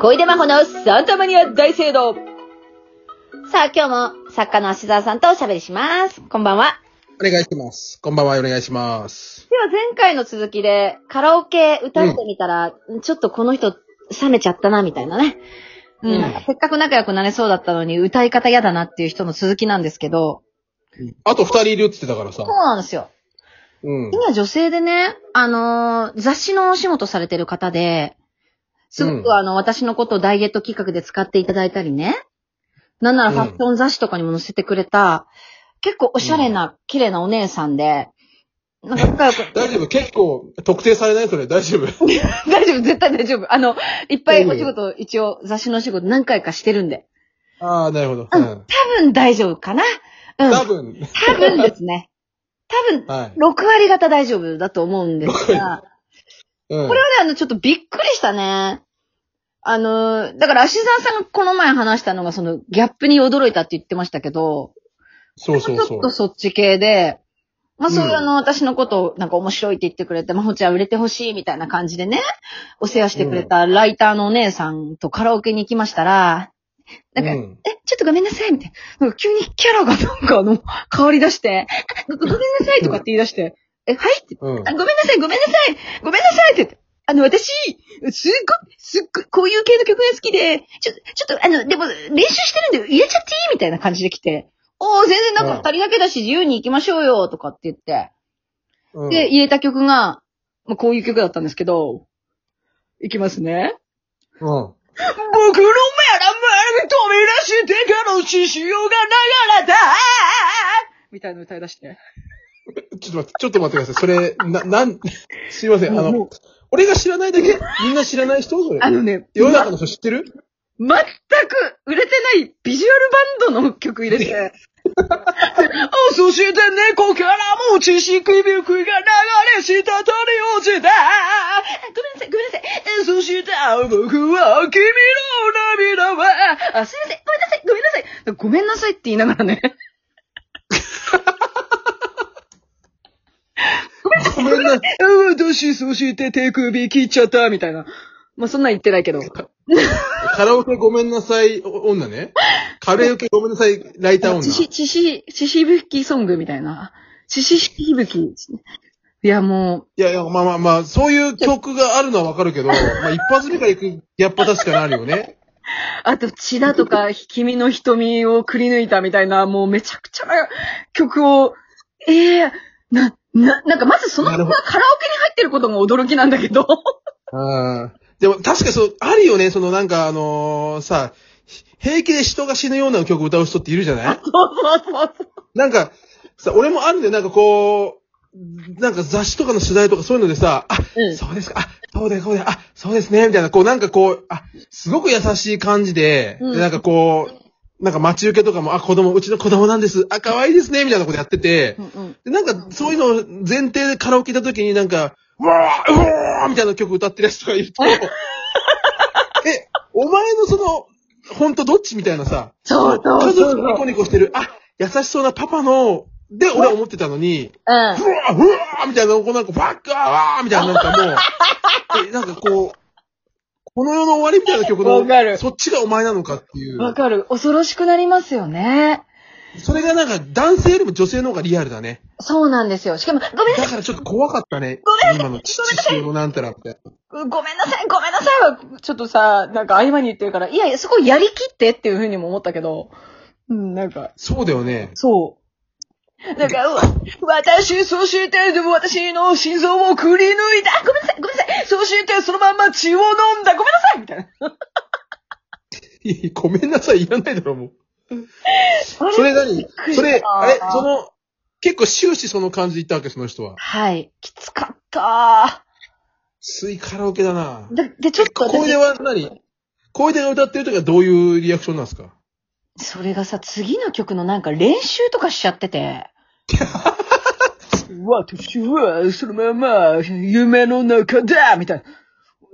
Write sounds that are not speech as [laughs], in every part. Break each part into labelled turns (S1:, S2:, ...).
S1: 小出真帆のサンタマニア大聖堂さあ、今日も作家の芦沢さんとおしゃべりします。こんばんは。
S2: お願いします。こんばんは、お願いします。
S1: では前回の続きで、カラオケ歌ってみたら、ちょっとこの人、冷めちゃったな、みたいなね。うん。
S2: うん
S1: なんかせっかく仲良くなれそうだったのに、歌い方嫌だなっていう人の続きなんですけど、
S2: あと二人いるって言ってたからさ
S1: そう。なんですよ。
S2: うん。
S1: 今女性でね、あのー雑誌のお仕事されてる方で、すご
S2: うん
S1: くあの、私のことをダイエット企画で使っていただいたりね、なんならファッション雑誌とかにも載せてくれた、結構おしゃれな、綺麗なお姉さんで、なんか仲良く、 [laughs]
S2: 大丈夫結構、特定されないそれ、大丈夫
S1: 大丈夫、絶対大丈夫。あの、いっぱいお仕事、一応雑誌のお仕事何回かしてるんで。
S2: ああ、なるほど。うん。
S1: 多分大丈夫かなうん。
S2: 多分、
S1: 多分ですね。多分、
S2: はい。
S1: 6割方大丈夫だと思うんですが、
S2: うん。
S1: これはね、あの、ちょっとびっくりしたね。あの、だから、芦沢さんがこの前話したのが、その、ギャップに驚いたって言ってましたけど、
S2: そうそう
S1: ち
S2: そ
S1: ょ
S2: う
S1: っと。そっち系で、まあそういう
S2: うん
S1: あの、私のことをなんか面白いって言ってくれて、まほちゃん売れてほしいみたいな感じでね、お世話してくれたライターのお姉さんとカラオケに行きましたら、なんか、
S2: うん、
S1: え、ちょっとごめんなさい、みたいな。なんか急にキャラがなんかあの、変わり出して、ごごめんなさいとかって言い出して、え、はいって、
S2: うん
S1: あ。ごめんなさい、ごめんなさい、ごめんなさいって言って。あの、私、すっごい、すっごい、こういう系の曲が好きで、ちょ、ちょっと、あの、でも、練習してるんで、入れちゃっていいみたいな感じで来て、おー、全然なんか
S2: うん
S1: 二人だけだし、自由に行きましょうよ、とかって言って。
S2: うん
S1: で、、入れた曲が、まあ、こういう曲だったんですけど、いきますね。
S2: う
S1: 僕
S2: ん。
S1: の目ら目飛び出してからの刺繍が流れたみたいなの歌い出して。
S2: ちょっと待って、ちょっと待ってください。それ、な、なん、 [laughs] すいません。あ
S1: も
S2: の
S1: う、
S2: 俺が知らないだけみんな知らない人それ
S1: あ。のね、
S2: 世の中の人知ってる
S1: 全く売れてないビジュアルバンドの曲入れて。おそして猫からも血しくびくが流れ滴り落ちた。ごめんなさい、ごめんなさい。えそして僕は君の涙は。あ、すいません、ごめんなさい、ごめんなさい。ごめんなさいって言いながらね。
S2: ごめんなさい。
S1: うん、どうし、そうして手首切っちゃった、みたいな。まあ、そんなん言ってないけど。
S2: カラオケごめんなさいお女ね。カラオケごめんなさいライター女。
S1: ちし、ちし、ちしぶきソングみたいな。ちしひぶき。いや、も
S2: いやいや、まあまあまあ、そういう曲があるのはわかる
S1: [laughs]
S2: けど、まあ一発目から行く、やっぱ確かにあるよね。
S1: う、あと、血だとか、君の瞳をくり抜いたみたいな、もうめちゃくちゃな曲を、ええな、な、なんかまずその曲がカラオケに入ってることが驚きなんだけど。
S2: うん。でも確かそう、あるよね、そのなんかあのーさ、ひ平気で人が死ぬような曲を歌う人っているじゃない
S1: そうそうそうそう。
S2: なんか、さ、俺もあるんだよ、なんかこう、なんか雑誌とかの取材とかそういうのでさ、あ、
S1: うん
S2: そうですか、あ、そうだよ、そうだよ、あ、そうですね、みたいな、こうなんかこう、あ、すごく優しい感じで、
S1: うん
S2: でなんかこう、なんか待ち受けとかも、あ、子供、うちの子供なんです、あ、可愛いですね、みたいなことやってて、
S1: うん
S2: で、なんか、そういうのを前提でカラオケ行った時になんか、うわーうわーみたいな曲歌ってるやつとかい [laughs] ると、え、お前のその、ほんとどっちみたいなさ、
S1: そうそうそう
S2: 家
S1: そう。
S2: 族がニコニコしてる、あ、優しそうなパパの、で、俺は思ってたのに、
S1: うん
S2: う。わーうわーみたいな、こうなんか、ファックあわーみたいな、なん [laughs] かもう、え、なんかこう、この世の終わりみたいな曲
S1: わかる
S2: の、そっちがお前なのかってい
S1: わ
S2: う。
S1: かる。恐ろしくなりますよね。
S2: それがなんか、男性よりも女性の方がリアルだね。
S1: そうなんですよ。しかも、ごめんな
S2: だ
S1: さい、
S2: からちょっと怖かったね。今の父親のなんたらって。
S1: ごめんなさい、ごめんなさいは、ちょっとさ、なんか合間に言ってるから、いやいや、そこやりきってっていうふうにも思ったけど、うん、なんか、
S2: そうだよね。
S1: そう。なん [laughs] か、うわ私、そして、でも私の心臓をくり抜いた、ごめんなさい、ごめんなさい、そして、そのまんま血を飲んだ、ごめんなさいみたいな。
S2: ごめんなさい、いらないだろ、もう。
S1: あ
S2: それ何
S1: りした
S2: それ、あれ、その、結構終始その感じで言ったわけ、その人は。
S1: はい、きつかった
S2: ついカラオケだな。
S1: で、で、ちょっと
S2: 小出
S1: 私、
S2: は何小出が歌ってる時はどういうリアクションなんですか
S1: それがさ、次の曲のなんか練習とかしちゃって [laughs] て、私は、そのまま、夢の中だみたい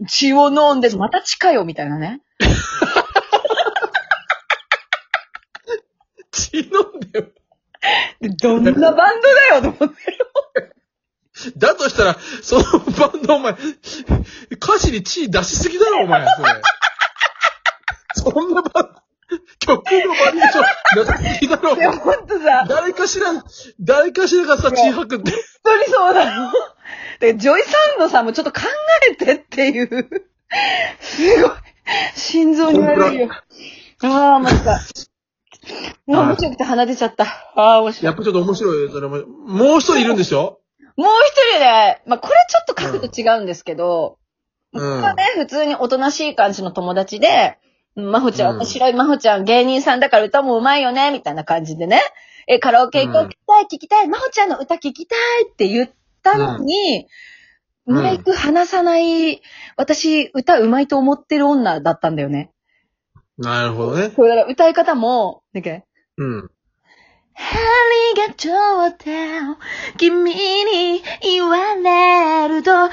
S1: な。血を飲んで、また血かよみたいなね。
S2: 血飲んでよ。
S1: でどんなバンドだよと思って。
S2: だとしたら、そのバンドお前、歌詞に血出しすぎだろ、お前、それ。 [laughs] そんなバン曲のバリエーション、長すぎだろ
S1: い。や、ほんとさ、
S2: [laughs] 誰かしら、誰かしらがさ、血吐くって。
S1: 本当にそうだよ。で、ジョイサンドさんもちょっと考えてっていう。すごい。心臓に悪いよ。ああ、また。もう面白くて鼻出ちゃった。ああ、面白
S2: [laughs] や
S1: い。
S2: っぱちょっと面白いよ、それも。もう一人いるんでしょ
S1: もう一人ね、まあ、これちょっと角度違うんですけど、
S2: うん。
S1: まあね、普通におとなしい感じの友達で、まほちゃん、
S2: うん
S1: 面白いまほちゃん、芸人さんだから歌もうまいよね、みたいな感じでね。え、カラオケ行こう、
S2: うん
S1: 聞きたい、聞きたい、まほちゃんの歌聞きたいって言ったのに、
S2: うん
S1: マイク離さない、私、歌うまいと思ってる女だったんだよね。
S2: なるほどね。
S1: そう、だから歌い方も、なんか、
S2: うん。
S1: ありがとうって、君に言われると、なんだか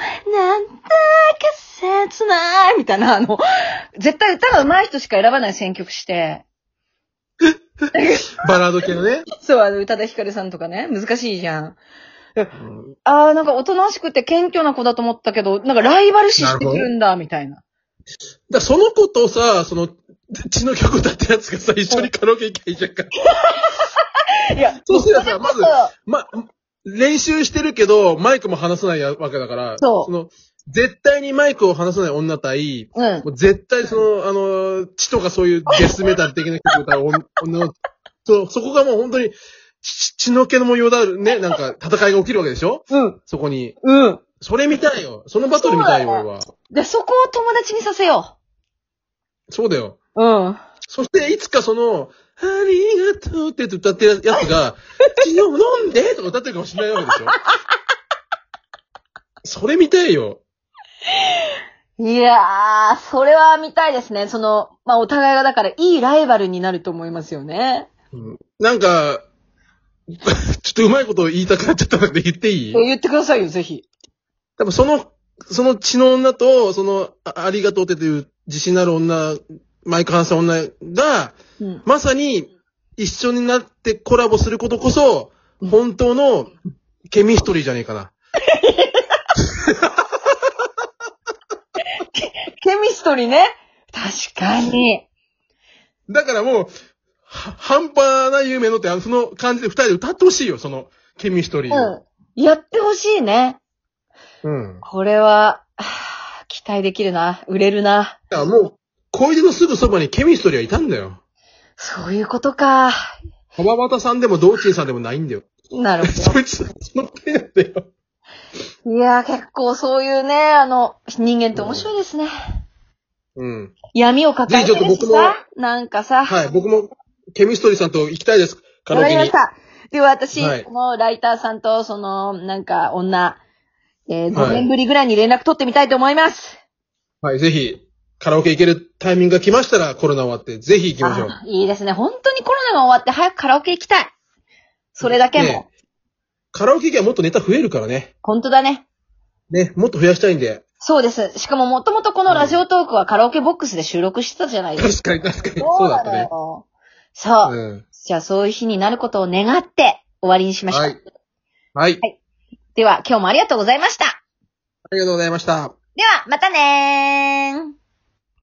S1: 切ない、みたいな、あの、絶対歌が上手い人しか選ばない選曲して、
S2: バラード系のね。
S1: そう、あの、宇多田ヒカルさんとかね、難しいじゃん。
S2: うん
S1: あー、なんかおとなしくて謙虚な子だと思ったけど、なんかライバル視してくるんだ、みたいな。
S2: だからその子とさ、その、血の曲歌ってるやつがさ、一緒にカラオケ行きゃいいじゃんか。
S1: いや、
S2: そうすればさ
S1: れこ
S2: まずま、練習してるけど、マイクも離さないわけだから、
S1: そう
S2: の、絶対にマイクを離さない女対、
S1: そうん。
S2: もう絶対その、あの、血とかそういうデスメタル的な曲歌う女女の、そう、そこがもう本当に、血血の気の模様だるね、なんか戦いが起きるわけでしょ
S1: うん。
S2: そこに。
S1: うん。
S2: それ見たいよ。そのバトル見たいよ、
S1: そうだ
S2: 俺
S1: よ
S2: は。
S1: で、そこを友達にさせよ
S2: そうだよ。
S1: う。うん。
S2: そして、いつかその、ありがとうって歌ってるやつが、血を飲んでとか歌ってるかもしれないわけでしょそれ見たいよ。
S1: いやー、それは見たいですね。その、まあ、お互いがだから、いいライバルになると思いますよね。
S2: うんなんか、 [laughs] ちょっとうまいこと言いたくなっちゃったので言っていい
S1: え言ってくださいよ、ぜひ。
S2: 多分その、その血の女と、その、あありがとうってという自信のある女、マイク話した女が、
S1: うん。
S2: まさに一緒になってコラボすることこそ、本当のケミストリーじゃねえかな。
S1: ケミストリーね。確かに。
S2: だからもう、は半端ない夢のって、あのその感じで二人で歌ってほしいよ、その、ケミストリーを。
S1: うん。やってほしいね。
S2: うん。だ
S1: これは、 [sighs] はあ期待できるな。売れるな。
S2: からもう、恋人のすぐそばにケミストリーはいたんだよ。
S1: そういうことか。
S2: 川端さんでも道珍さんでもないんだよ。
S1: なるほ
S2: そいつ、そのペアだよ。
S1: ど。いやー、結構そういうね、あの、人間って面白いですね。
S2: うん。
S1: 闇を抱えて
S2: ぜ
S1: る
S2: ひち
S1: し
S2: ょっと
S1: さ、なんかさ。
S2: はい、僕も、ケミストリーさんと行きたいです。カ
S1: わ
S2: ラオ
S1: かり
S2: ケ
S1: ま
S2: に
S1: し。た。では私、
S2: はい
S1: このライターさんと、その、なんか、女、えー、
S2: はい
S1: 5年ぶりぐらいに連絡取ってみたいと思います。
S2: はい、ぜひ、カラオケ行けるタイミングが来ましたら、コロナ終わって、ぜひ行きましょう。
S1: あいいですね。本当にコロナが終わって早くカラオケ行きたい。それだけも。
S2: ねカラオケ行けばもっとネタ増えるからね。
S1: 本当だね。
S2: ね、もっと増やしたいんで。
S1: そうです。しかももともとこのラジオトークはカラオケボックスで収録してたじゃないですか。
S2: 確かに確かに。
S1: そ
S2: [laughs] そううだ
S1: な
S2: った
S1: の
S2: ね。
S1: よ。そう。
S2: うん。
S1: じゃあそういう日になることを願って終わりにしました。
S2: はい。はい。
S1: では今日もありがとうございました。
S2: ありがとうございました。
S1: ではまたねー。